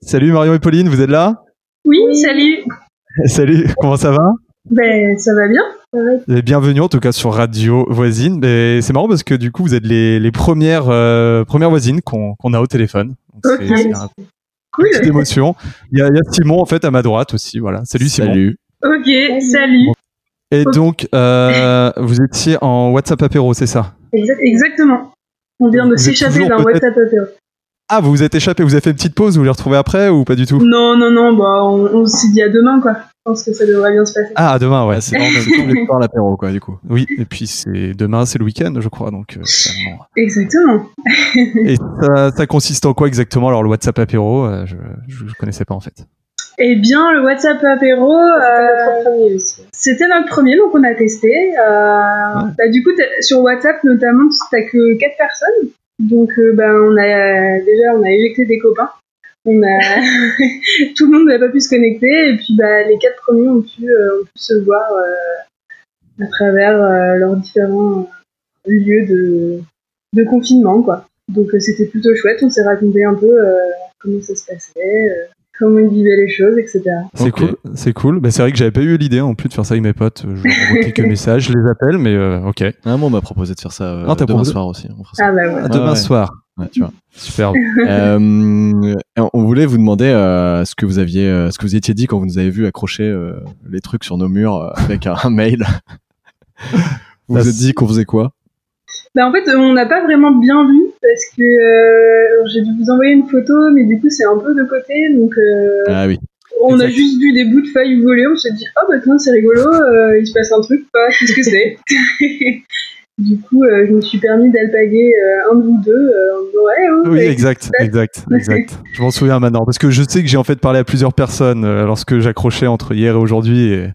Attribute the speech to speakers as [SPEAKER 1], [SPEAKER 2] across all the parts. [SPEAKER 1] Salut Marion et Pauline, vous êtes là
[SPEAKER 2] Oui, salut.
[SPEAKER 1] Salut, comment ça va
[SPEAKER 2] Ben, ça va bien.
[SPEAKER 1] Et Bienvenue en tout cas sur Radio Voisine. Mais c'est marrant parce que du coup vous êtes les, les premières, euh, premières voisines qu'on qu'on a au téléphone. Donc, c'est-
[SPEAKER 2] Ok.
[SPEAKER 1] c'est un-
[SPEAKER 2] Cool.
[SPEAKER 1] petite émotion. Il y, a, il y a Simon en fait à ma droite aussi. Voilà. Salut Simon.
[SPEAKER 2] Ok, salut.
[SPEAKER 1] Et donc euh, vous étiez en WhatsApp apéro, c'est ça
[SPEAKER 2] Exa- Exactement. On vient
[SPEAKER 1] Vous
[SPEAKER 2] de
[SPEAKER 1] êtes
[SPEAKER 2] s'échapper
[SPEAKER 1] toujours
[SPEAKER 2] d'un
[SPEAKER 1] peut-être-
[SPEAKER 2] WhatsApp apéro.
[SPEAKER 1] Ah vous vous êtes échappé, vous avez fait une petite pause, vous les retrouvez après ou pas du tout
[SPEAKER 2] Non, non, non, bah, on, on s'est dit à demain, quoi. Je pense que ça devrait bien se passer.
[SPEAKER 1] Ah à demain ouais.
[SPEAKER 3] Ouais, c'est vraiment le temps de faire l'apéro, quoi, du coup.
[SPEAKER 1] Oui et puis c'est demain c'est le week-end je crois donc. euh, finalement,
[SPEAKER 2] Exactement.
[SPEAKER 1] Et ça, ça consiste en quoi exactement Alors le WhatsApp apéro, euh, je, je, je connaissais pas en fait.
[SPEAKER 2] Eh bien, le WhatsApp apéro, euh, c'était notre premier, donc on a testé. Euh, bah, du coup, t'as- sur WhatsApp, notamment, t'as que 4 personnes. Donc, euh, ben, on a déjà, on a éjecté des copains. On a... Tout le monde n'a pas pu se connecter. Et puis, bah, les quatre premiers ont pu, euh, ont pu se voir euh, à travers euh, leurs différents euh, lieux de, de confinement, quoi. Donc, euh, c'était plutôt chouette. On s'est raconté un peu euh, comment ça se passait, euh, comment ils vivaient les choses, etc.
[SPEAKER 1] C'est
[SPEAKER 3] Ok.
[SPEAKER 1] cool, c'est cool. Bah, c'est vrai que j'avais pas eu l'idée en plus de faire ça avec mes potes. Je leur envoie quelques messages, je les appelle, mais euh, ok. À
[SPEAKER 3] Ah, moi, on m'a proposé de faire ça euh,
[SPEAKER 1] Ah, t'as
[SPEAKER 3] demain
[SPEAKER 1] proposé
[SPEAKER 3] soir aussi. On fera ça.
[SPEAKER 2] Ah, bah, ouais.
[SPEAKER 1] demain
[SPEAKER 3] ouais.
[SPEAKER 1] soir.
[SPEAKER 3] Ouais, tu vois.
[SPEAKER 1] Super.
[SPEAKER 3] Euh, on voulait vous demander euh, ce que vous aviez, euh, ce que vous étiez dit quand vous nous avez vu accrocher euh, les trucs sur nos murs euh, avec un, un mail. vous
[SPEAKER 1] Ça,
[SPEAKER 3] vous êtes dit qu'on faisait quoi
[SPEAKER 2] Bah en fait, euh, on n'a pas vraiment bien vu parce que euh, j'ai dû vous envoyer une photo, mais du coup, c'est un peu de côté. Donc, euh,
[SPEAKER 3] Ah oui.
[SPEAKER 2] on a
[SPEAKER 3] exact.
[SPEAKER 2] juste vu des bouts de feuilles voler. On s'est dit, oh bah tiens, c'est rigolo, euh, il se passe un truc, pas qu'est-ce que c'est Du coup, euh, je me suis permis d'alpaguer euh, un de vous deux euh, en disant, ouais, oh,
[SPEAKER 1] Oui,
[SPEAKER 2] bah,
[SPEAKER 1] exact, exact, exact. Je m'en souviens maintenant parce que je sais que j'ai en fait parlé à plusieurs personnes euh, lorsque j'accrochais entre hier et aujourd'hui. et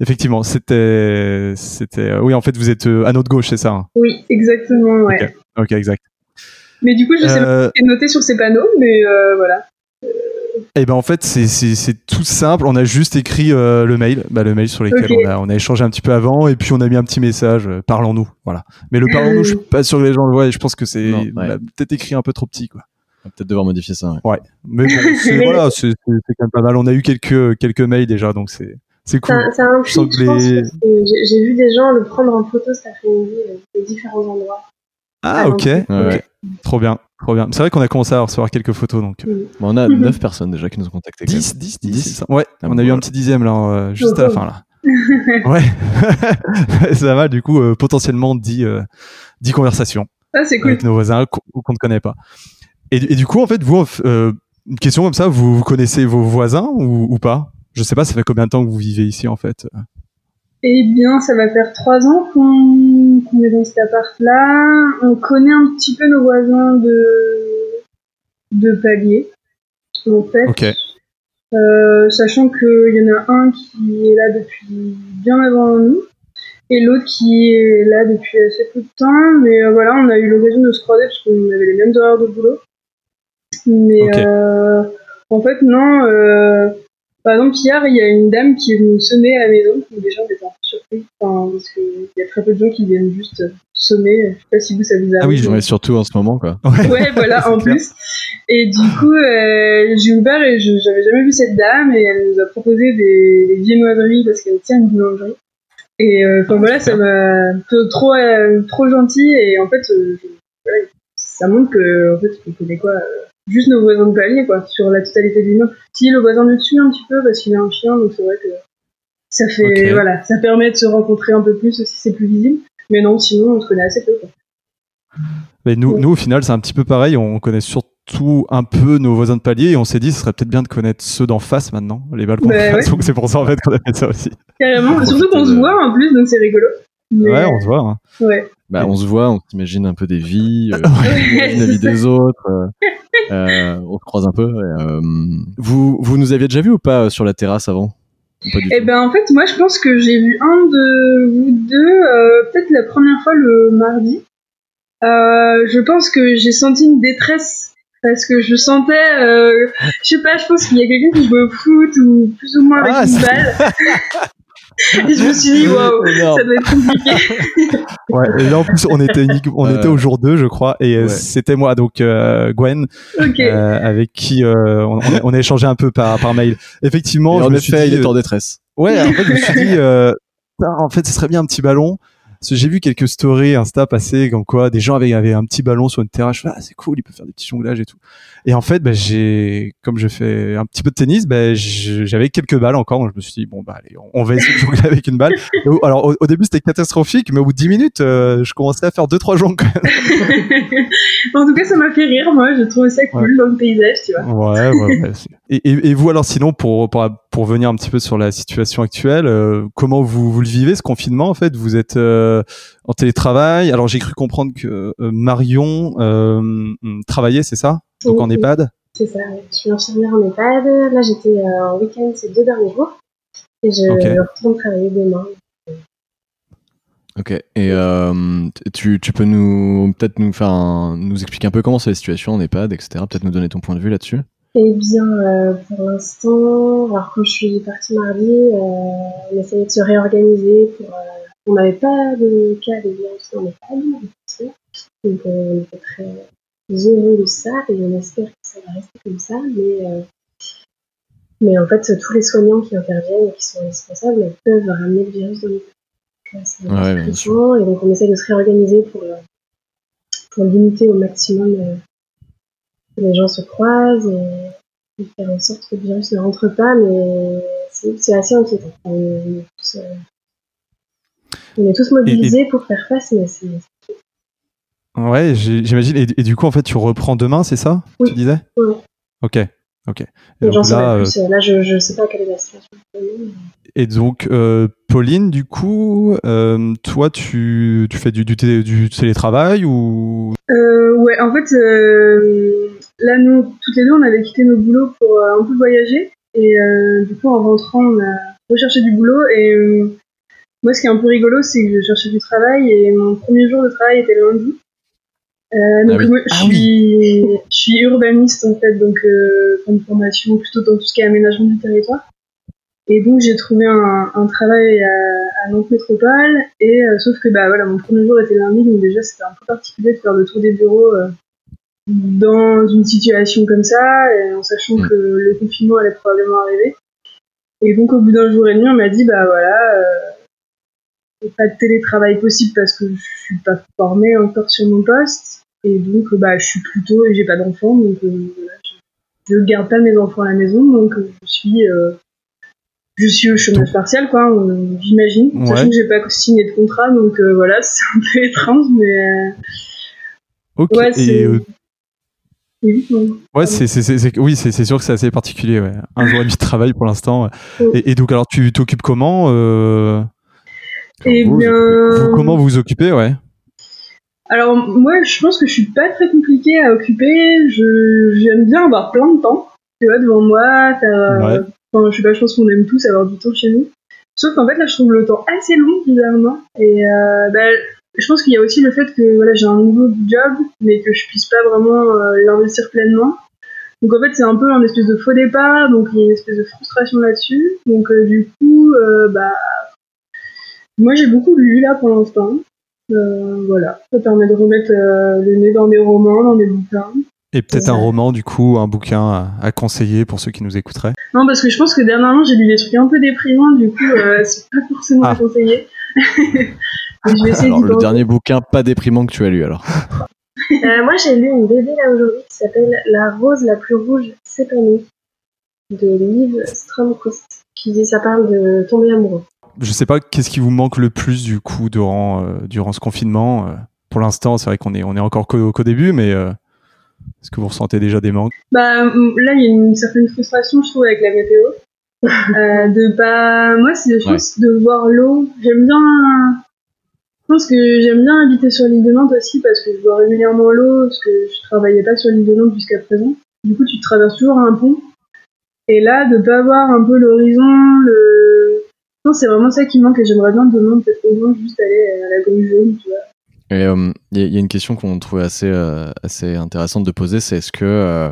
[SPEAKER 1] Effectivement, c'était, c'était. Oui, en fait, vous êtes euh, à notre gauche, c'est ça. hein
[SPEAKER 2] oui, exactement, ouais.
[SPEAKER 1] ok, exact.
[SPEAKER 2] Mais du coup, je sais pas
[SPEAKER 1] Euh,
[SPEAKER 2] ce qui est noté sur ces panneaux, mais euh, voilà.
[SPEAKER 1] Eh ben en fait c'est- c'est c'est tout simple. On a juste écrit euh, le mail, bah, le mail sur lequel
[SPEAKER 2] Ok.
[SPEAKER 1] on, a, on a échangé un petit peu avant et puis on a mis un petit message. euh, parlons-nous, voilà. Mais le parlons-nous, je suis pas sûr que les gens le voient. et Je pense que c'est
[SPEAKER 3] Non, ouais.
[SPEAKER 1] on l'a peut-être écrit un peu trop petit quoi.
[SPEAKER 3] On va peut-être devoir modifier ça. ouais.
[SPEAKER 1] Mais bon, c'est
[SPEAKER 2] Mais-
[SPEAKER 1] voilà, c'est c'est- c'est quand même pas mal. On a eu quelques quelques mails déjà, donc c'est c'est cool.
[SPEAKER 4] Ça, ça implique,
[SPEAKER 1] Je sens que
[SPEAKER 4] je pense,
[SPEAKER 1] les-
[SPEAKER 4] parce que j'ai- j'ai vu des gens le prendre en photo cet après-midi, euh, de différents endroits.
[SPEAKER 1] Ah ok,
[SPEAKER 4] Ouais,
[SPEAKER 1] ok.
[SPEAKER 3] ouais.
[SPEAKER 1] trop bien, trop bien. C'est vrai qu'on a commencé à recevoir quelques photos donc. euh,
[SPEAKER 3] Bon, on a
[SPEAKER 2] Mhm.
[SPEAKER 3] 9 personnes déjà qui nous ont contactés. quand
[SPEAKER 1] 10, 10, 10.
[SPEAKER 3] Dix.
[SPEAKER 1] c'est ça. Ouais,
[SPEAKER 3] Ah,
[SPEAKER 1] on a
[SPEAKER 3] bon,
[SPEAKER 1] eu un
[SPEAKER 3] voilà.
[SPEAKER 1] petit dixième là, euh, juste à la
[SPEAKER 2] Oh.
[SPEAKER 1] fin là. Ouais, ça va du coup, euh, potentiellement 10, euh, 10 conversations
[SPEAKER 2] Ah, c'est cool.
[SPEAKER 1] avec nos voisins qu'on qu'on ne connaît pas. Et, du- et du coup, en fait, vous, euh, une question comme ça, vous, vous connaissez vos voisins ou, ou pas Je sais pas, ça fait combien de temps que vous vivez ici en fait
[SPEAKER 2] Eh bien, ça va faire trois ans qu'on qu'on est dans cet appart-là. On connaît un petit peu nos voisins de, de palier, en fait.
[SPEAKER 1] Ok,
[SPEAKER 2] Euh, sachant qu'il y en a un qui est là depuis bien avant nous, et l'autre qui est là depuis assez peu de temps. Mais euh, voilà, on a eu l'occasion de se croiser parce qu'on avait les mêmes horaires de boulot. Mais
[SPEAKER 1] Ok.
[SPEAKER 2] euh, en fait, non. euh, par exemple, hier, il y a une dame qui est venue sonner à la maison. Donc déjà, on était un peu surpris enfin, parce qu'il y a très peu de gens qui viennent juste sonner. Je sais pas si vous, ça vous arrive.
[SPEAKER 1] Ah oui, je
[SPEAKER 3] même. Ouais, surtout en ce moment, quoi.
[SPEAKER 2] Ouais, voilà,
[SPEAKER 1] C'est
[SPEAKER 2] en
[SPEAKER 1] clair.
[SPEAKER 2] plus. Et du coup, euh, j'ai ouvert et je- j'avais jamais vu cette dame et elle nous a proposé des, des viennoiseries parce qu'elle tient une boulangerie. Et euh,
[SPEAKER 1] Ah,
[SPEAKER 2] enfin voilà, ça m'a t- trop, euh, trop gentil et en fait, euh, je- voilà, ça montre que en fait, on connaît quoi euh, Juste nos voisins de palier, quoi, sur la totalité du monde. Si le voisin du dessus un petit peu parce qu'il a un chien, donc c'est vrai que ça fait,
[SPEAKER 1] Ok.
[SPEAKER 2] voilà, ça permet de se rencontrer un peu plus aussi, c'est plus visible. Mais non, sinon, on se connaît assez peu, quoi.
[SPEAKER 1] Mais nous, nous, au final, c'est un petit peu pareil. On connaît surtout un peu nos voisins de palier et on s'est dit, ce serait peut-être bien de connaître ceux d'en face maintenant, les balcons
[SPEAKER 2] Bah
[SPEAKER 1] d'en face.
[SPEAKER 2] ouais.
[SPEAKER 1] Donc c'est pour ça en fait qu'on a fait ça aussi.
[SPEAKER 2] Carrément,
[SPEAKER 3] Profiter
[SPEAKER 2] surtout qu'on se
[SPEAKER 3] de-
[SPEAKER 2] voit en plus, donc c'est rigolo. Mais,
[SPEAKER 1] Ouais, on se voit. hein.
[SPEAKER 2] ouais.
[SPEAKER 3] Bah,
[SPEAKER 1] Ouais.
[SPEAKER 3] on se voit, on s'imagine un peu des vies, euh,
[SPEAKER 2] Ouais,
[SPEAKER 3] la
[SPEAKER 2] c'est
[SPEAKER 3] vie
[SPEAKER 2] ça.
[SPEAKER 3] des autres. euh, euh, on se croise un peu. et, euh, vous, vous nous aviez déjà vu ou pas euh, sur la terrasse avant Ou pas du
[SPEAKER 2] Eh
[SPEAKER 3] tout
[SPEAKER 2] ben en fait, moi je pense que j'ai vu un de vous deux, euh, peut-être la première fois le mardi. Euh, je pense que j'ai senti une détresse parce que je sentais, euh, je sais pas, je pense qu'il y a quelqu'un qui jouait au foot ou plus ou moins avec
[SPEAKER 1] Ah,
[SPEAKER 2] une
[SPEAKER 1] c'est-
[SPEAKER 2] balle. Et je me suis dit, waouh,
[SPEAKER 3] Énorme.
[SPEAKER 2] ça doit être compliqué.
[SPEAKER 1] Ouais, et là en plus on était unique- on
[SPEAKER 3] Euh,
[SPEAKER 1] était au jour 2 je crois et euh,
[SPEAKER 3] ouais.
[SPEAKER 1] c'était moi donc euh, Gwen
[SPEAKER 2] Ok.
[SPEAKER 1] euh, avec qui euh, on, on a- on a échangé un peu par par mail.
[SPEAKER 3] Et
[SPEAKER 1] Effectivement, je
[SPEAKER 3] en
[SPEAKER 1] me suis
[SPEAKER 3] effet,
[SPEAKER 1] dit,
[SPEAKER 3] il est
[SPEAKER 1] euh,
[SPEAKER 3] en détresse.
[SPEAKER 1] Ouais, en fait, je me suis dit, euh, putain, en fait, ce serait bien un petit ballon. Parce que J'ai vu quelques stories Insta passer comme quoi des gens avaient, avaient un petit ballon sur une terrasse. Je fais, ah, c'est cool, il peut faire des petits jonglages et tout. Et en fait, bah, j'ai, comme je fais un petit peu de tennis, bah, je- j'avais quelques balles encore. Donc je me suis dit, bon, bah, allez, on- on va essayer de jongler avec une balle. Et au- alors, au, au début, c'était catastrophique, mais au bout de 10 minutes, euh, je commençais à faire deux, trois jongles. quand
[SPEAKER 2] en tout cas, ça m'a fait rire, moi. Je trouvais ça cool dans le paysage, tu vois.
[SPEAKER 1] même. Ouais, ouais, ouais, c'est- et, et- et vous, alors, sinon, pour, pour, pour venir un petit peu sur la situation actuelle, euh, comment vous, vous le vivez, ce confinement, en fait Vous êtes euh, en télétravail. Alors, j'ai cru comprendre que euh, Marion euh, travaillait, c'est ça Donc, en
[SPEAKER 4] Oui,
[SPEAKER 1] EHPAD
[SPEAKER 4] C'est ça, ouais. je suis infirmière en EHPAD. Là, j'étais euh, en week-end ces deux derniers jours. Et je
[SPEAKER 1] Ok.
[SPEAKER 4] retourne travailler demain.
[SPEAKER 3] Ok. Et euh, tu, tu peux nous peut-être nous faire un- nous expliquer un peu comment c'est la situation en EHPAD, etc. Peut-être nous donner ton point de vue là-dessus.
[SPEAKER 4] Eh bien, euh, pour l'instant, alors quand je suis partie mardi, euh, on essayait de se réorganiser. Pour, euh, on n'avait pas de cas de violence dans les femmes, bien sûr. donc euh, on était très heureux de ça et on espère que ça va rester comme ça. Mais, euh, mais en fait, tous les soignants qui interviennent et qui sont responsables peuvent ramener le virus dans les femmes. C'est
[SPEAKER 3] Ouais, bien
[SPEAKER 4] stressant et donc on essaie de se réorganiser pour, euh, pour limiter au maximum euh, que les gens se croisent et de faire en sorte que le virus ne rentre pas, mais c'est c'est assez inquiétant. On est tous, euh, on est tous mobilisés pour faire face, mais c'est
[SPEAKER 1] Ouais, j'ai- j'imagine. Et, et du coup, en fait, tu reprends demain, c'est ça
[SPEAKER 4] Oui.
[SPEAKER 1] Tu disais
[SPEAKER 4] Oui.
[SPEAKER 1] Ok. Ok. Et
[SPEAKER 4] les gens
[SPEAKER 1] donc,
[SPEAKER 4] sont
[SPEAKER 1] là,
[SPEAKER 4] là,
[SPEAKER 1] euh,
[SPEAKER 4] plus. euh, Là, je ne sais pas quelle est la situation. vraiment,
[SPEAKER 1] et donc euh, Pauline, du coup, euh, toi, tu, tu fais du, du, télé- du télétravail ou
[SPEAKER 2] Euh, ouais, en fait, euh, là, nous, toutes les deux, on avait quitté nos boulots pour euh, un peu voyager. Et euh, du coup, en rentrant, on a recherché du boulot. Et euh, moi, ce qui est un peu rigolo, c'est que je cherchais du travail. Et mon premier jour de travail était lundi. Euh, donc,
[SPEAKER 3] Ah oui.
[SPEAKER 2] moi, je,
[SPEAKER 3] Ah
[SPEAKER 2] suis, je suis urbaniste, en fait, donc euh, enfin, de formation plutôt dans tout ce qui est aménagement du territoire. Et donc j'ai trouvé un, un travail à, à Nantes Métropole, et euh, sauf que bah voilà, mon premier jour était lundi, donc déjà c'était un peu particulier de faire le tour des bureaux euh, dans une situation comme ça, et en sachant
[SPEAKER 3] Mm.
[SPEAKER 2] que le confinement allait probablement arriver. Et donc au bout d'un jour et demi, on m'a dit bah voilà, euh, pas de télétravail possible parce que je suis pas formée encore sur mon poste, et donc euh, bah je suis plutôt et j'ai pas d'enfants, donc euh, voilà, je, je garde pas mes enfants à la maison, donc euh, je suis euh, je suis au chômage partiel, quoi, on- j'imagine. Sachant
[SPEAKER 1] Ouais.
[SPEAKER 2] que j'ai pas signé de contrat, donc euh, voilà, c'est un peu étrange, mais euh,
[SPEAKER 1] Ok.
[SPEAKER 2] ouais,
[SPEAKER 1] et
[SPEAKER 2] c'est.
[SPEAKER 1] euh,
[SPEAKER 2] Oui, oui.
[SPEAKER 1] Ouais, c'est, c'est, c'est, c'est- oui, c'est, c'est sûr que c'est assez particulier. Ouais. Un jour et demi de travail pour l'instant.
[SPEAKER 4] Oui.
[SPEAKER 1] Et, et donc, alors, tu t'occupes comment euh,
[SPEAKER 2] Eh
[SPEAKER 3] Vous, vous
[SPEAKER 2] bien.
[SPEAKER 1] vous- Comment vous vous occupez Ouais.
[SPEAKER 2] Alors, moi, je pense que je suis pas très compliquée à occuper. Je, j'aime bien avoir plein de temps, tu vois, devant moi. Faire, euh, Enfin, je sais pas, je pense qu'on aime tous avoir du temps chez nous. Sauf qu'en fait, là, je trouve le temps assez long, bizarrement. Et euh, bah, je pense qu'il y a aussi le fait que voilà, j'ai un nouveau job, mais que je puisse pas vraiment euh, l'investir pleinement. Donc, en fait, c'est un peu un espèce de faux départ, donc il y a une espèce de frustration là-dessus. Donc, euh, du coup, euh, bah, moi, j'ai beaucoup lu, là, pour l'instant. Euh, voilà, ça permet de remettre euh, le nez dans des romans, dans des bouquins.
[SPEAKER 1] Et peut-être
[SPEAKER 4] C'est
[SPEAKER 1] un
[SPEAKER 4] ça.
[SPEAKER 1] roman, du coup, un bouquin à, à conseiller pour ceux qui nous écouteraient.
[SPEAKER 2] Non, parce que je pense que dernièrement j'ai lu des trucs un peu déprimants, du coup euh, c'est pas forcément
[SPEAKER 1] Ah.
[SPEAKER 2] conseillé. Mais je vais essayer
[SPEAKER 3] Alors
[SPEAKER 2] d'y
[SPEAKER 3] le
[SPEAKER 2] penser.
[SPEAKER 3] dernier bouquin pas déprimant que tu as lu alors.
[SPEAKER 4] Euh, moi, j'ai lu une BD là aujourd'hui qui s'appelle La rose la plus rouge s'épanouit de Liv Stromquist, qui dit ça parle de tomber amoureux.
[SPEAKER 1] Je sais pas qu'est-ce qui vous manque le plus, du coup, durant, euh, durant ce confinement. euh, Pour l'instant, c'est vrai qu'on est, on est encore qu'au, qu'au début, mais euh, est-ce que vous ressentez déjà des manques
[SPEAKER 2] Bah m- là il y a une certaine frustration je trouve avec la météo. Euh, de pas moi c'est je pense de voir l'eau j'aime bien je pense que j'aime bien habiter sur l'île de Nantes aussi parce que je vois régulièrement l'eau parce que je travaillais pas sur l'île de Nantes jusqu'à présent du coup tu traverses toujours un pont et là de pas voir un peu l'horizon le je pense que c'est vraiment ça qui manque et j'aimerais bien demain peut-être au moins juste aller à la grue jaune tu vois
[SPEAKER 3] Et euh, il y, a- il y a une question qu'on trouvait assez, euh, assez intéressante de poser, c'est est-ce que euh,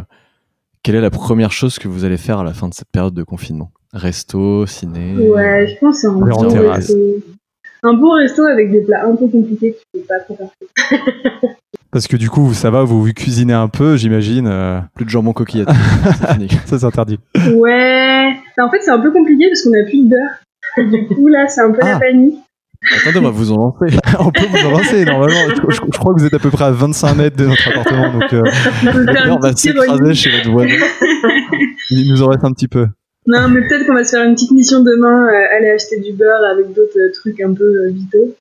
[SPEAKER 3] Quelle est la première chose que vous allez faire à la fin de cette période de confinement Resto, ciné
[SPEAKER 2] Ouais, je pense que c'est un
[SPEAKER 1] Mais en
[SPEAKER 2] bon
[SPEAKER 1] terrasse.
[SPEAKER 2] resto. Un bon resto avec des plats un peu compliqués que tu peux pas préparer.
[SPEAKER 1] Parce que du coup, ça va, vous, vous cuisinez un peu, j'imagine. euh,
[SPEAKER 3] Plus de jambon coquillette, c'est fini.
[SPEAKER 1] ça, c'est interdit.
[SPEAKER 2] Ouais. Enfin, en fait, c'est un peu compliqué parce qu'on a plus de beurre. Du coup, là, c'est un peu
[SPEAKER 3] Ah.
[SPEAKER 2] la panique.
[SPEAKER 3] Attendez, on va vous en lancer.
[SPEAKER 1] On peut vous en lancer, normalement. Je, je- je crois que vous êtes à peu près à 25 mètres de notre appartement, donc euh,
[SPEAKER 2] On peut faire
[SPEAKER 3] D'ailleurs,
[SPEAKER 2] une
[SPEAKER 3] on va
[SPEAKER 2] petite ironie.
[SPEAKER 3] s'écraser chez votre voisin.
[SPEAKER 1] il nous en reste un petit peu.
[SPEAKER 2] Non, mais peut-être qu'on va se faire une petite mission demain, euh, aller acheter du beurre avec d'autres euh, trucs un peu euh, vitaux.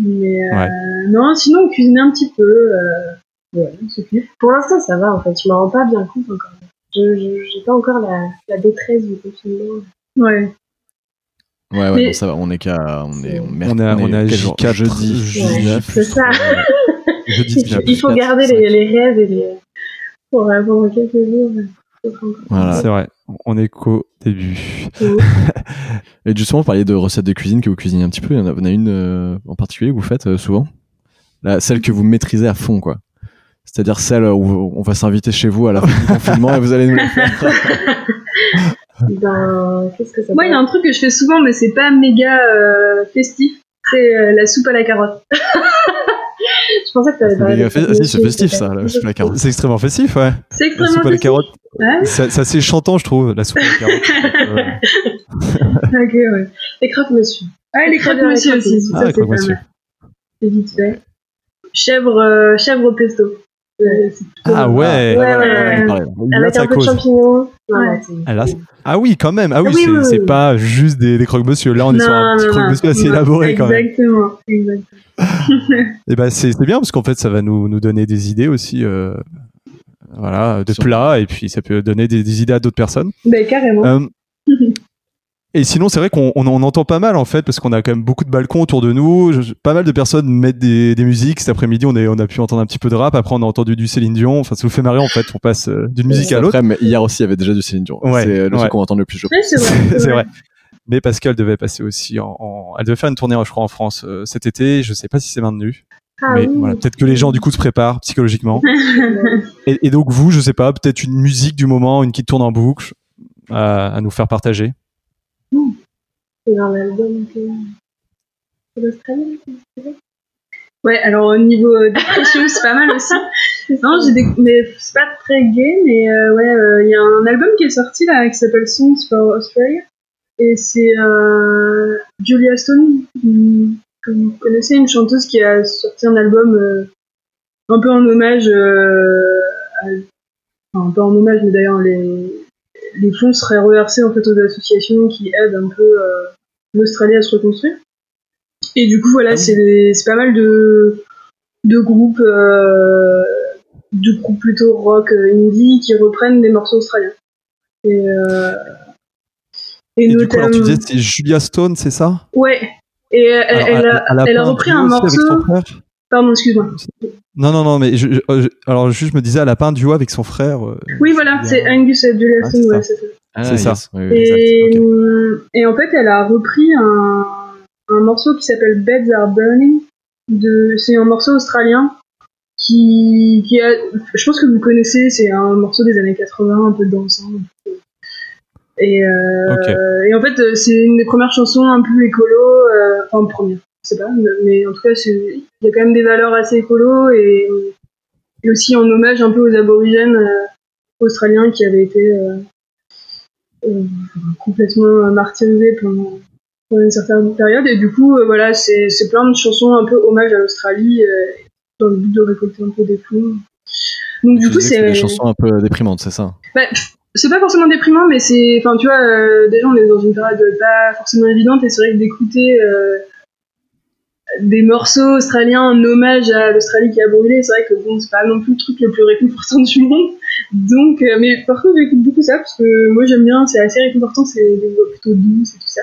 [SPEAKER 2] Mais euh,
[SPEAKER 1] Ouais.
[SPEAKER 2] non, sinon, on cuisine un petit peu. euh,
[SPEAKER 4] Ouais, je sais plus. Pour l'instant, ça va en fait. Je m'en rends pas bien compte encore. Je je- j'ai pas encore la, la détresse du confinement.
[SPEAKER 2] ouais.
[SPEAKER 3] Ouais, ouais,
[SPEAKER 2] Mais-
[SPEAKER 3] bon, ça va, on est qu'à. On est, on,
[SPEAKER 1] On a, on a
[SPEAKER 3] quel jour
[SPEAKER 1] J4
[SPEAKER 3] jeudi.
[SPEAKER 1] jeudi 9,
[SPEAKER 4] c'est ça.
[SPEAKER 1] jeudi
[SPEAKER 4] Il faut-
[SPEAKER 1] 19.
[SPEAKER 4] il faut
[SPEAKER 3] quatre,
[SPEAKER 4] garder
[SPEAKER 3] cinq.
[SPEAKER 4] les, les rêves et les... pour
[SPEAKER 2] euh,
[SPEAKER 4] avoir quelques jours.
[SPEAKER 3] Voilà.
[SPEAKER 1] C'est vrai, on est qu'au début.
[SPEAKER 3] Et justement, vous parliez de recettes de cuisine que vous cuisinez un petit peu. Il y en a, on a une euh, en particulier que vous faites euh, souvent La- Celle que vous maîtrisez à fond, quoi. C'est-à-dire celle où on va s'inviter chez vous à la fin du confinement et vous allez nous la faire.
[SPEAKER 4] Ben, qu'est-ce que ça
[SPEAKER 2] Moi,
[SPEAKER 4] peut
[SPEAKER 2] il y a un truc que je fais souvent, mais c'est pas méga euh, festif. C'est euh, la soupe à la carotte.
[SPEAKER 4] être Je pensais que t'avais
[SPEAKER 3] C'est méga
[SPEAKER 4] parlé.
[SPEAKER 3] fait- ah si, c'est festif, ça, la soupe à la carotte.
[SPEAKER 1] C'est extrêmement festif, ouais.
[SPEAKER 2] C'est
[SPEAKER 1] La
[SPEAKER 2] extrêmement
[SPEAKER 1] soupe à la
[SPEAKER 2] festif.
[SPEAKER 1] carotte,
[SPEAKER 2] Ouais.
[SPEAKER 1] ça, ça c'est chantant, je trouve, la soupe à la carotte. Euh,
[SPEAKER 2] Ok, ouais.
[SPEAKER 4] Les croque monsieur.
[SPEAKER 2] Ah, les
[SPEAKER 4] Très
[SPEAKER 2] crêpes
[SPEAKER 4] bien, les
[SPEAKER 2] monsieur
[SPEAKER 4] crêpes
[SPEAKER 2] aussi.
[SPEAKER 4] monsieur.
[SPEAKER 2] Ça,
[SPEAKER 1] ah,
[SPEAKER 2] c'est
[SPEAKER 1] avec
[SPEAKER 2] pas
[SPEAKER 1] le
[SPEAKER 2] mal.
[SPEAKER 1] monsieur.
[SPEAKER 2] C'est vite fait. Chèvre, euh, chèvre au pesto.
[SPEAKER 4] Ouais.
[SPEAKER 2] C'est plutôt
[SPEAKER 1] Ah
[SPEAKER 2] bon.
[SPEAKER 1] ouais.
[SPEAKER 4] Ouais, ouais, ouais.
[SPEAKER 2] Euh,
[SPEAKER 3] Parlez, là.
[SPEAKER 1] Là,
[SPEAKER 4] Avec
[SPEAKER 1] ça
[SPEAKER 4] un peu de
[SPEAKER 1] cause.
[SPEAKER 4] champignons.
[SPEAKER 2] Ouais.
[SPEAKER 4] Voilà, c'est-
[SPEAKER 1] Ah, là, c'est- ah oui, quand même. Ah oui,
[SPEAKER 4] Ah oui,
[SPEAKER 1] c'est,
[SPEAKER 4] oui, oui,
[SPEAKER 1] c'est
[SPEAKER 4] oui.
[SPEAKER 1] pas juste des, des croque-monsieur. Là, on est sur un petit croque-monsieur assez
[SPEAKER 2] non,
[SPEAKER 1] élaboré quand même.
[SPEAKER 2] Exactement, exactement.
[SPEAKER 1] Et ben, c'est, c'est bien parce qu'en fait, ça va nous, nous donner des idées aussi. euh, Voilà, de
[SPEAKER 3] Sur-
[SPEAKER 1] plats, et puis ça peut donner des, des idées à d'autres personnes.
[SPEAKER 2] Ben, carrément.
[SPEAKER 1] Euh, et sinon, c'est vrai qu'on on en entend pas mal en fait, parce qu'on a quand même beaucoup de balcons autour de nous. Je- je- pas mal de personnes mettent des, des musiques. Cet après-midi, on, est- on a pu entendre un petit peu de rap. Après, on a entendu du Céline Dion. Enfin, ça nous fait marrer en fait. On passe euh, d'une musique à l'autre.
[SPEAKER 3] Après, mais hier aussi, il y avait déjà du Céline Dion.
[SPEAKER 1] Ouais,
[SPEAKER 3] c'est le
[SPEAKER 1] ouais.
[SPEAKER 3] truc qu'on entend le plus. Je...
[SPEAKER 2] Ouais, c'est vrai.
[SPEAKER 1] C'est vrai. Mais Pascal devait passer aussi en, en- Elle devait faire une tournée, je crois, en France euh, cet été. Je sais pas si c'est maintenu.
[SPEAKER 4] Ah
[SPEAKER 1] mais
[SPEAKER 4] oui.
[SPEAKER 1] voilà, peut-être que les gens, du coup, se préparent psychologiquement. et, et donc, vous, je sais pas, peut-être une musique du moment, une qui tourne en boucle euh, à nous faire partager.
[SPEAKER 4] C'est dans l'album que. C'est l'Australie.
[SPEAKER 2] Ouais, alors au niveau euh, dépression, c'est pas mal aussi. Non, j'ai des... mais c'est pas très gay, mais euh, ouais, euh, il y a un album qui est sorti là qui s'appelle Songs for Australia. Et c'est euh, Julia Stone, une- que vous connaissez, une chanteuse qui a sorti un album euh, un peu en hommage, euh, à... enfin pas en hommage, mais d'ailleurs les... les fonds seraient reversés en fait aux associations qui aident un peu euh, l'Australie à se reconstruire. Et du coup,
[SPEAKER 1] Ah
[SPEAKER 2] voilà, c'est des- c'est pas mal de, de groupes, euh, de groupes plutôt rock euh, indie qui reprennent des morceaux australiens. Et, euh, et
[SPEAKER 1] Et, du coup,
[SPEAKER 2] notamment.
[SPEAKER 1] alors, tu disais, c'est Julia Stone, c'est ça
[SPEAKER 2] ouais. Et euh, elle,
[SPEAKER 1] Alors,
[SPEAKER 2] elle a,
[SPEAKER 1] elle
[SPEAKER 2] elle a
[SPEAKER 1] pas
[SPEAKER 2] repris
[SPEAKER 1] duo
[SPEAKER 2] un
[SPEAKER 1] aussi avec
[SPEAKER 2] morceau.
[SPEAKER 1] son frère
[SPEAKER 2] Pardon, excuse-moi.
[SPEAKER 1] Non, non, non, mais je, je- euh, je- alors juste je me disais, elle a pas un duo avec son frère. euh,
[SPEAKER 2] Oui, voilà,
[SPEAKER 1] bien.
[SPEAKER 2] c'est Angus
[SPEAKER 1] Ah,
[SPEAKER 2] Adulation,
[SPEAKER 1] c'est
[SPEAKER 2] ouais,
[SPEAKER 1] ça.
[SPEAKER 2] c'est ça.
[SPEAKER 3] Ah,
[SPEAKER 1] C'est ça.
[SPEAKER 3] oui, oui.
[SPEAKER 2] Et,
[SPEAKER 1] exact,
[SPEAKER 2] euh, et en fait, elle a repris un, un morceau qui s'appelle Beds Are Burning. De, c'est un morceau australien qui, qui a- je pense que vous connaissez, c'est un morceau des années 80, un peu dansant. Et, euh,
[SPEAKER 1] Ok.
[SPEAKER 2] et en fait, euh, c'est une des premières chansons un peu écolo, euh, enfin première, je sais pas, mais en tout cas, c'est- il y a quand même des valeurs assez écolo et, et aussi en hommage un peu aux aborigènes euh, australiens qui avaient été euh, euh, complètement euh, martyrisés pendant, pendant une certaine période. Et du coup, euh, voilà, c'est c'est plein de chansons un peu hommage à l'Australie euh, dans le but de récolter un peu des fonds. Donc
[SPEAKER 3] Tu
[SPEAKER 2] du coup,
[SPEAKER 3] disais que c'est
[SPEAKER 2] c'est
[SPEAKER 3] des chansons un peu déprimantes, c'est ça
[SPEAKER 2] c'est pas forcément déprimant, mais c'est. Enfin, tu vois, euh, déjà, on est dans une période pas forcément évidente, et c'est vrai que d'écouter euh, des morceaux australiens en hommage à l'Australie qui a brûlé, c'est vrai que bon, c'est pas non plus le truc le plus réconfortant du monde. Donc, euh, mais par contre, j'écoute beaucoup ça, parce que moi, j'aime bien, c'est assez réconfortant, c'est des voix plutôt douces et tout ça.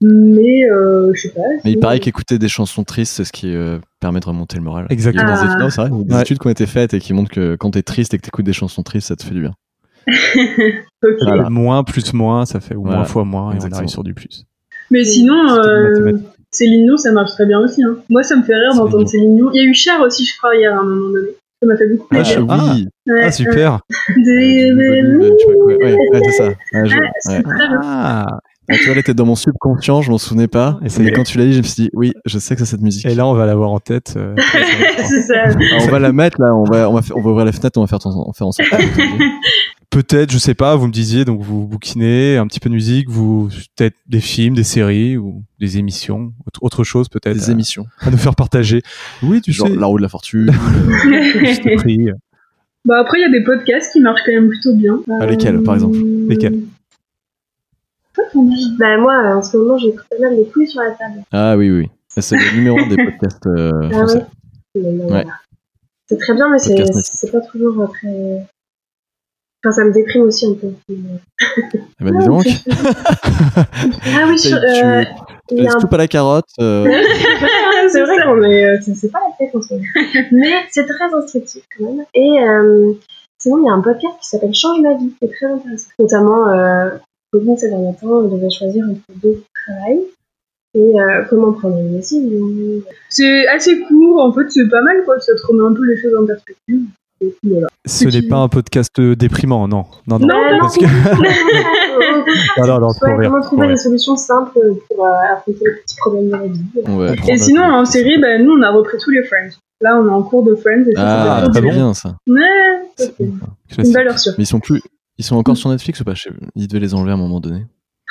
[SPEAKER 2] Mais, euh, je sais pas.
[SPEAKER 3] Mais il
[SPEAKER 2] c'est-
[SPEAKER 3] paraît qu'écouter des chansons tristes, c'est ce qui euh, permet de remonter le moral.
[SPEAKER 1] Exactement.
[SPEAKER 3] Il y a des,
[SPEAKER 2] Ah.
[SPEAKER 3] études, non, c'est vrai, il y a des
[SPEAKER 1] Ouais.
[SPEAKER 3] études qui ont été faites et qui montrent que quand t'es triste et que t'écoutes des chansons tristes, ça te fait du bien.
[SPEAKER 2] Ok.
[SPEAKER 3] Voilà.
[SPEAKER 1] Moins plus moins, ça fait ou
[SPEAKER 3] Voilà.
[SPEAKER 1] moins fois moins, et on
[SPEAKER 3] Exactement.
[SPEAKER 1] arrive sur du plus.
[SPEAKER 2] Mais sinon,
[SPEAKER 1] C'est une
[SPEAKER 2] euh,
[SPEAKER 1] mathématique.
[SPEAKER 2] Céline Dion, ça marche très bien aussi. Hein. Moi, ça me fait rire d'entendre Céline Dion. Il y a eu Cher aussi, je crois, hier à un moment donné. Ça m'a fait beaucoup
[SPEAKER 3] Ah,
[SPEAKER 2] plaisir.
[SPEAKER 3] oui.
[SPEAKER 2] Ouais, euh,
[SPEAKER 1] Ah, super.
[SPEAKER 2] ouais. Des-
[SPEAKER 3] Euh, tu vois, ouais, ouais, ouais, c'est ça. Ouais, je-
[SPEAKER 2] Ah, c'est
[SPEAKER 3] ouais.
[SPEAKER 2] très bien.
[SPEAKER 1] Ah.
[SPEAKER 3] Ah, tu vois, elle était dans mon subconscient, je m'en souvenais pas.
[SPEAKER 1] Et c'est-
[SPEAKER 3] Et quand tu l'as dit, je me suis dit, oui, je sais que c'est cette musique.
[SPEAKER 1] Et là, on va l'avoir en tête. euh, très certainement.
[SPEAKER 2] C'est ça.
[SPEAKER 3] Ah, on va la mettre là, on va, on va, fa- on va ouvrir la fenêtre, on va faire, ton- on va faire en sorte.
[SPEAKER 1] Peut-être, je sais pas, vous me disiez, donc vous bouquinez un petit peu de musique, vous, peut-être des films, des séries ou des émissions, autre- autre chose peut-être
[SPEAKER 3] Des
[SPEAKER 1] à-
[SPEAKER 3] émissions.
[SPEAKER 1] à, nous faire partager. Oui, tu
[SPEAKER 3] Genre
[SPEAKER 1] sais,
[SPEAKER 3] La roue de la fortune.
[SPEAKER 1] je t'ai pris.
[SPEAKER 2] Bah après, il y a des podcasts qui marchent quand même plutôt bien.
[SPEAKER 3] Ah, lesquels, par exemple
[SPEAKER 1] Lesquels
[SPEAKER 4] Bah moi, euh, en ce moment, j'écoute quand même les couilles sur la table.
[SPEAKER 3] Ah oui, oui. oui. C'est le numéro un des podcasts euh,
[SPEAKER 4] Ah
[SPEAKER 3] français.
[SPEAKER 4] Mais, euh,
[SPEAKER 3] Ouais.
[SPEAKER 4] C'est très bien, mais c'est
[SPEAKER 3] Podcast natif.
[SPEAKER 4] c'est pas toujours euh, très... Enfin, ça me déprime aussi un peu.
[SPEAKER 3] Eh ben, dis donc.
[SPEAKER 4] Ah oui,
[SPEAKER 3] Tu-
[SPEAKER 4] je- euh,
[SPEAKER 3] tu
[SPEAKER 4] il y a
[SPEAKER 3] laisses
[SPEAKER 4] un
[SPEAKER 3] tout à la carotte. euh,
[SPEAKER 4] c'est vrai qu'on est, euh, c'est c'est pas la tête en ce moment. Mais c'est très instructif quand même. Et euh, sinon, il y a un podcast qui s'appelle Change ma vie, qui est très intéressant. Notamment, euh, Pauline, ces derniers temps, elle devait choisir entre deux travails et euh, comment prendre une décision.
[SPEAKER 2] C'est assez court, en fait, c'est pas mal, quoi. Ça te remet un peu les choses en perspective. Et puis, voilà.
[SPEAKER 1] Ce n'est pas un podcast euh, déprimant, non. Non, non.
[SPEAKER 2] Non,
[SPEAKER 4] Euh,
[SPEAKER 1] parce que-
[SPEAKER 4] non, non,
[SPEAKER 1] non, non, non,
[SPEAKER 4] Ouais,
[SPEAKER 1] pour rire,
[SPEAKER 4] comment
[SPEAKER 1] pour
[SPEAKER 4] trouver des
[SPEAKER 1] rire.
[SPEAKER 4] solutions simples pour euh, affronter les petits problèmes de la vie.
[SPEAKER 3] on va prendre
[SPEAKER 2] Et
[SPEAKER 3] un-
[SPEAKER 2] sinon, en série, bah, nous, on a repris tous les Friends. Là, on est en cours de Friends. Et ça,
[SPEAKER 3] Ah,
[SPEAKER 2] c'est
[SPEAKER 1] ah
[SPEAKER 3] c'est
[SPEAKER 1] bon
[SPEAKER 3] bien ça.
[SPEAKER 2] Ouais, ça, c'est une
[SPEAKER 1] Classique.
[SPEAKER 2] valeur sûre.
[SPEAKER 3] Mais ils sont plus. Ils sont encore sur Netflix ou pas Je sais- Ils devaient les enlever à un moment donné.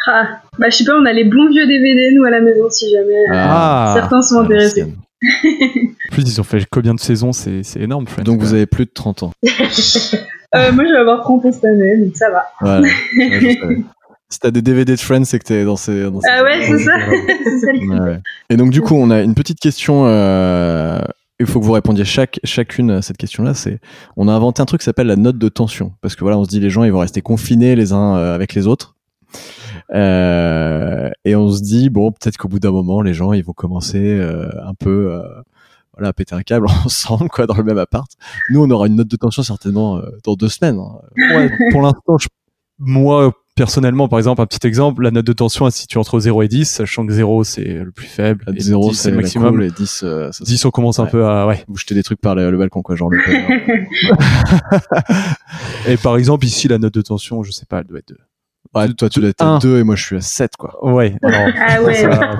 [SPEAKER 2] Ah, bah, je sais pas, on a les bons vieux DVD, nous, à la maison, si jamais euh,
[SPEAKER 1] Ah,
[SPEAKER 2] certains sont
[SPEAKER 3] à
[SPEAKER 2] intéressés.
[SPEAKER 3] l'ancienne.
[SPEAKER 1] en plus ils ont fait combien de saisons C'est c'est énorme, Friends.
[SPEAKER 3] Donc vous avez plus de 30 ans.
[SPEAKER 2] Euh, moi, je vais avoir 30 ans cette année, donc ça va.
[SPEAKER 3] Voilà. Ouais, je savais. si t'as des DVD de Friends, c'est que t'es dans ces. Dans ces-
[SPEAKER 2] Ah ouais, c'est ça. c'est ça le
[SPEAKER 3] Ouais, ouais. Et donc du coup, on a une petite question. euh, Il faut que vous répondiez chaque, chacune à cette question-là. C'est, on a inventé un truc qui s'appelle la note de tension, parce que voilà, on se dit les gens ils vont rester confinés les uns euh, avec les autres, Euh, et on se dit bon peut-être qu'au bout d'un moment les gens ils vont commencer euh, un peu euh, voilà à péter un câble ensemble quoi dans le même appart. Nous on aura une note de tension certainement euh, dans deux semaines. hein.
[SPEAKER 1] Ouais, pour l'instant, je- moi, personnellement, par exemple, un petit exemple, la note de tension elle se situe entre 0 et 10, sachant que 0, c'est le plus faible. et 10,
[SPEAKER 3] 0 Ah, c'est
[SPEAKER 1] le
[SPEAKER 3] le
[SPEAKER 1] maximum.
[SPEAKER 3] maximum, et 10 euh, ça,
[SPEAKER 1] 10, on commence un
[SPEAKER 3] Ouais.
[SPEAKER 1] peu à, ouais.
[SPEAKER 3] vous jetez des trucs par le, le balcon quoi, genre le.
[SPEAKER 1] Et par exemple, ici, la note de tension, je sais pas, elle doit être de-
[SPEAKER 3] Ouais, toi tu dois être
[SPEAKER 1] Un.
[SPEAKER 3] à 2 et moi je suis à 7 quoi.
[SPEAKER 1] Ouais, alors,
[SPEAKER 2] Ah ouais.
[SPEAKER 1] ça va.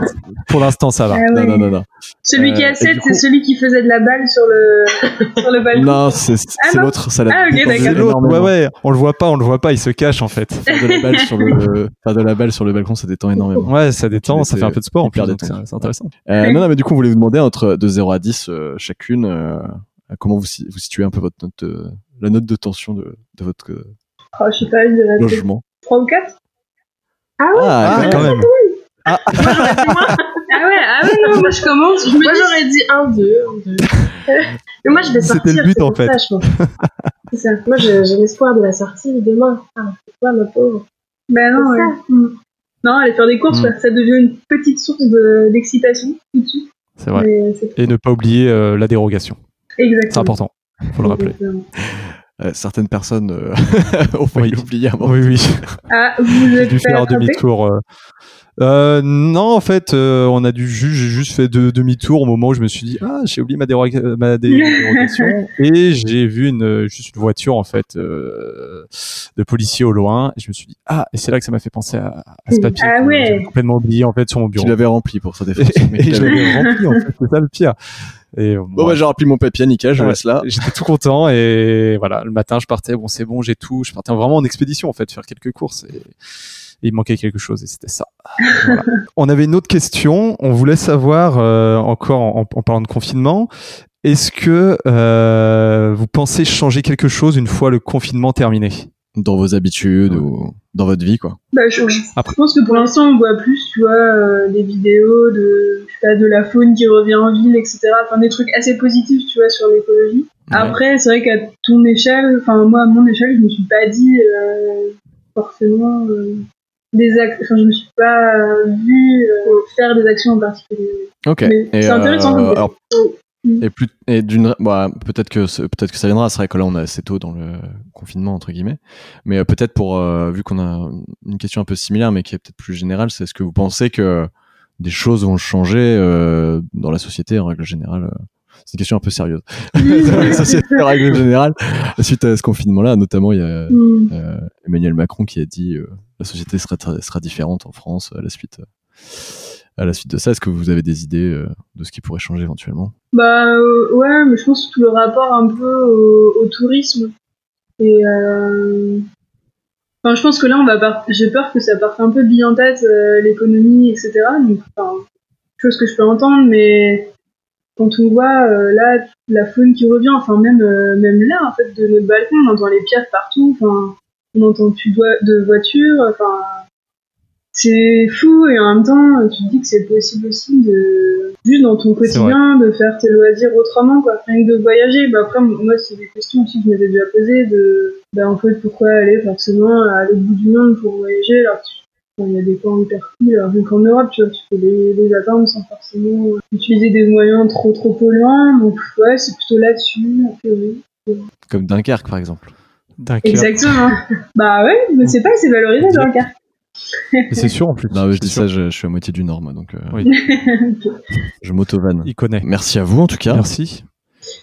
[SPEAKER 1] pour l'instant, ça va.
[SPEAKER 2] Ah
[SPEAKER 3] Non,
[SPEAKER 2] ouais.
[SPEAKER 3] non, non, non.
[SPEAKER 2] Celui qui
[SPEAKER 3] Euh,
[SPEAKER 2] a
[SPEAKER 3] et
[SPEAKER 2] 7,
[SPEAKER 3] du
[SPEAKER 2] c'est
[SPEAKER 3] coup-
[SPEAKER 2] celui qui faisait de la balle sur le, sur le balcon.
[SPEAKER 3] Non, c'est c'est
[SPEAKER 2] Ah non.
[SPEAKER 3] l'autre, ça l'a
[SPEAKER 2] Ah, ok,
[SPEAKER 3] dépensé
[SPEAKER 1] C'est
[SPEAKER 2] d'accord.
[SPEAKER 1] l'autre, ouais,
[SPEAKER 3] énormément.
[SPEAKER 1] ouais, on le voit pas, on le voit pas, il se cache, en fait.
[SPEAKER 3] Faire de la balle sur le, faire de la balle sur le balcon, ça détend énormément.
[SPEAKER 1] Ouais, ça détend,
[SPEAKER 3] Il
[SPEAKER 1] ça fait
[SPEAKER 3] était
[SPEAKER 1] un peu de sport, en plus,
[SPEAKER 3] hyper
[SPEAKER 1] donc c'est
[SPEAKER 3] détendu.
[SPEAKER 1] c'est intéressant.
[SPEAKER 3] Euh, non, non, mais du coup, on voulait vous demander entre de 0 à 10 euh, chacune, euh, comment vous, si- vous situez un peu votre note, euh, la note de tension de, de votre euh,
[SPEAKER 2] Oh, je sais pas, je dirais peut-être
[SPEAKER 3] logement.
[SPEAKER 2] 3 ou 4.
[SPEAKER 3] Ah,
[SPEAKER 1] Ah,
[SPEAKER 3] ouais.
[SPEAKER 1] quand même.
[SPEAKER 2] Ah ouais, ah ouais, non, moi je commence, je me
[SPEAKER 4] Moi,
[SPEAKER 2] dis-
[SPEAKER 4] j'aurais dit 1, 2, 1, 2.
[SPEAKER 2] Mais moi je vais
[SPEAKER 1] C'était
[SPEAKER 2] sortir.
[SPEAKER 1] le but,
[SPEAKER 4] C'est
[SPEAKER 1] en
[SPEAKER 4] pour
[SPEAKER 1] fait.
[SPEAKER 4] ça, je pense. C'est ça. Moi, je- j'ai l'espoir de la sortie demain. Ah, c'est quoi, ma pauvre
[SPEAKER 2] Bah non,
[SPEAKER 4] C'est
[SPEAKER 2] ouais. Mm. Non, aller faire des courses,
[SPEAKER 1] Mm.
[SPEAKER 2] quoi. ça devient une petite source de- d'excitation tout de suite.
[SPEAKER 1] C'est vrai.
[SPEAKER 2] Mais c'est
[SPEAKER 1] Et ne pas oublier euh, la dérogation.
[SPEAKER 2] exactement.
[SPEAKER 1] C'est important. Faut le rappeler.
[SPEAKER 2] Exactement.
[SPEAKER 3] Euh, certaines personnes euh, ont failli
[SPEAKER 1] Oui.
[SPEAKER 3] l'oublier un moment.
[SPEAKER 1] Oui, oui.
[SPEAKER 2] Ah, vous vous
[SPEAKER 1] J'ai
[SPEAKER 2] êtes
[SPEAKER 1] dû
[SPEAKER 2] fait
[SPEAKER 1] faire
[SPEAKER 2] attraper
[SPEAKER 1] demi-tour. euh. Euh, non, en fait, euh, on a dû ju- j'ai juste fait deux demi-tours au moment où je me suis dit ah j'ai oublié ma, déroga- ma dé- dérogation et j'ai vu une euh, juste une voiture en fait euh, de policier au loin et je me suis dit ah et c'est là que ça m'a fait penser à, à ce papier
[SPEAKER 2] Ah
[SPEAKER 1] que
[SPEAKER 2] ouais.
[SPEAKER 1] j'avais complètement oublié en fait sur mon
[SPEAKER 3] Tu
[SPEAKER 1] bureau
[SPEAKER 3] l'avais rempli pour sa
[SPEAKER 1] et,
[SPEAKER 3] défense. mais tu
[SPEAKER 1] je
[SPEAKER 3] l'avais-
[SPEAKER 1] l'avais rempli en fait c'est ça le pire et euh,
[SPEAKER 3] Bon,
[SPEAKER 1] ouais.
[SPEAKER 3] bah, j'ai rempli mon papier, nickel, je
[SPEAKER 1] Ouais.
[SPEAKER 3] laisse
[SPEAKER 2] Ah.
[SPEAKER 3] là.
[SPEAKER 1] J'étais tout content et voilà, le matin je partais, bon c'est bon, j'ai tout, je partais vraiment en expédition en fait, faire quelques courses et, et il manquait quelque chose et c'était ça. Voilà. on avait une autre question, on voulait savoir euh, encore en, en parlant de confinement, est-ce que euh, vous pensez changer quelque chose une fois le confinement terminé
[SPEAKER 3] Dans vos habitudes
[SPEAKER 1] Ouais.
[SPEAKER 3] ou dans votre vie, quoi.
[SPEAKER 2] Bah, je, je
[SPEAKER 1] Après-
[SPEAKER 2] pense que pour l'instant, on voit plus, tu vois, euh, des vidéos de, je sais pas, de la faune qui revient en ville, etc. Enfin, des trucs assez positifs, tu vois, sur l'écologie. Après, c'est vrai qu'à ton échelle, enfin, moi, à mon échelle, je me suis pas dit euh, forcément euh, des actes, enfin, je me suis pas euh, vu euh, faire des actions en particulier.
[SPEAKER 3] Ok.
[SPEAKER 2] Mais
[SPEAKER 3] Et, euh,
[SPEAKER 2] c'est intéressant comme Mm. question.
[SPEAKER 3] alors, et plus et d'une bah, peut-être que ce- peut-être que ça viendra. C'est vrai que là on est assez tôt dans le confinement entre guillemets, mais euh, peut-être pour euh, vu qu'on a une question un peu similaire mais qui est peut-être plus générale, c'est est-ce que vous pensez que des choses vont changer euh, dans la société en règle générale euh, C'est une question un peu sérieuse. ça, c'est la règle générale. Suite à ce confinement-là, notamment, il y a
[SPEAKER 2] Mm.
[SPEAKER 3] euh, Emmanuel Macron qui a dit euh, la société sera, tra- sera différente en France à la suite, euh, à la suite de ça. Est-ce que vous avez des idées euh, de ce qui pourrait changer éventuellement
[SPEAKER 2] Bah euh, ouais, mais je pense que tout le rapport un peu au, au tourisme. Et euh, enfin, je pense que là, on va part- j'ai peur que ça parte un peu bille en tête, euh, l'économie, etc. Donc, enfin, chose que je peux entendre, mais quand on voit euh, là la faune qui revient, enfin même euh, même là en fait de notre balcon, on entend les pierres partout, enfin on n'entend plus de, voi- de voitures, enfin c'est fou et en même temps tu te dis que c'est possible aussi de juste dans ton
[SPEAKER 1] C'est vrai.
[SPEAKER 2] quotidien de faire tes loisirs autrement quoi rien que de voyager bah après moi c'est des questions aussi que je m'étais déjà posées de bah en fait pourquoi aller forcément à l'autre bout du monde pour voyager alors que tu- enfin, il y a des coins hyper cool alors même qu'en Europe tu vois tu peux les, les atteindre sans forcément utiliser des moyens trop trop polluants donc ouais c'est plutôt là-dessus en théorie.
[SPEAKER 3] Comme Dunkerque, par exemple.
[SPEAKER 1] Dunkerque.
[SPEAKER 2] exactement bah ouais mais c'est pas assez valorisé dans le cas
[SPEAKER 1] Mais c'est sûr en plus.
[SPEAKER 3] Non, mais Bah, je
[SPEAKER 1] C'est
[SPEAKER 3] dis
[SPEAKER 1] sûr.
[SPEAKER 3] ça, je, je suis à moitié du Nord, moi, donc euh,
[SPEAKER 1] Oui.
[SPEAKER 3] je m'auto-vanne.
[SPEAKER 1] Il connaît.
[SPEAKER 3] Merci à vous, en tout cas.
[SPEAKER 1] Merci.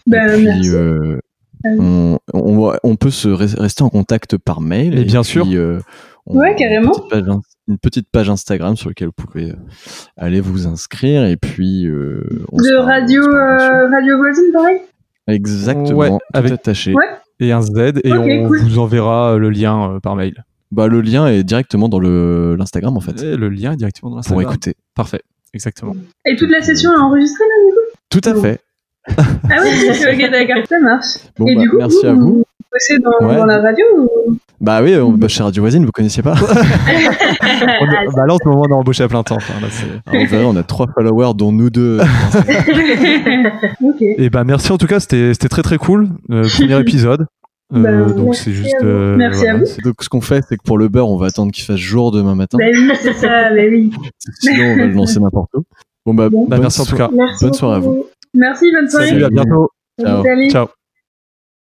[SPEAKER 2] bah
[SPEAKER 3] Et puis,
[SPEAKER 2] merci
[SPEAKER 3] euh,
[SPEAKER 2] Euh.
[SPEAKER 3] on, on va- on peut se re- rester en contact par mail.
[SPEAKER 1] Mais bien sûr.
[SPEAKER 3] euh, on-
[SPEAKER 2] Ouais, carrément.
[SPEAKER 3] Une petite, page, in- une petite page Instagram sur laquelle vous pouvez euh, aller vous inscrire. Et puis. euh, on se
[SPEAKER 2] de
[SPEAKER 3] parle-
[SPEAKER 2] radio
[SPEAKER 3] on se parle dessus.
[SPEAKER 2] euh, radio voisine pareil
[SPEAKER 3] Exactement.
[SPEAKER 1] Ouais,
[SPEAKER 3] tout
[SPEAKER 1] avec-
[SPEAKER 3] attaché.
[SPEAKER 2] Ouais.
[SPEAKER 1] Et un Z et
[SPEAKER 2] Ok,
[SPEAKER 1] on
[SPEAKER 2] cool.
[SPEAKER 1] vous enverra euh, le lien euh, par mail.
[SPEAKER 3] Bah, le lien est directement dans le- l'Instagram, en fait,
[SPEAKER 1] Et le lien est directement dans
[SPEAKER 3] pour
[SPEAKER 1] Instagram.
[SPEAKER 3] écouter.
[SPEAKER 1] Parfait. Exactement.
[SPEAKER 2] et toute la session est enregistrée là
[SPEAKER 3] Tout à fait.
[SPEAKER 2] ah oui ok d'accord ça marche
[SPEAKER 3] Bon,
[SPEAKER 2] et
[SPEAKER 3] bah,
[SPEAKER 2] du coup
[SPEAKER 3] merci à vous.
[SPEAKER 2] bossez dans,
[SPEAKER 3] Ouais.
[SPEAKER 2] dans la radio ou...
[SPEAKER 3] Bah oui,
[SPEAKER 1] Mm.
[SPEAKER 3] on, bah, chez Radio Voisine, vous connaissiez pas
[SPEAKER 2] Ah,
[SPEAKER 1] On est- bah là, en ce moment, on est embauché à plein temps. Enfin, là, c'est-
[SPEAKER 3] Alors, vous verrez, on a trois followers, dont nous deux.
[SPEAKER 2] ok
[SPEAKER 1] et bah, merci en tout cas. C'était c'était très très cool. Euh, premier épisode. Euh,
[SPEAKER 2] Bah,
[SPEAKER 1] donc
[SPEAKER 2] merci
[SPEAKER 1] c'est juste.
[SPEAKER 2] à vous.
[SPEAKER 1] euh,
[SPEAKER 2] Merci à vous.
[SPEAKER 3] Donc, ce qu'on fait, c'est que pour le beurre, on va attendre qu'il fasse jour demain matin.
[SPEAKER 2] bah oui c'est ça bah oui
[SPEAKER 3] Sinon, on va le lancer n'importe où. Bon, bah,
[SPEAKER 2] Bon.
[SPEAKER 1] Bah,
[SPEAKER 3] bonne
[SPEAKER 1] merci en tout
[SPEAKER 3] so-
[SPEAKER 1] cas.
[SPEAKER 4] Merci
[SPEAKER 3] Bonne soirée à
[SPEAKER 4] beaucoup.
[SPEAKER 2] merci bonne soirée
[SPEAKER 1] Salut, à bientôt.
[SPEAKER 3] Ciao.
[SPEAKER 2] Salut.
[SPEAKER 1] Ciao.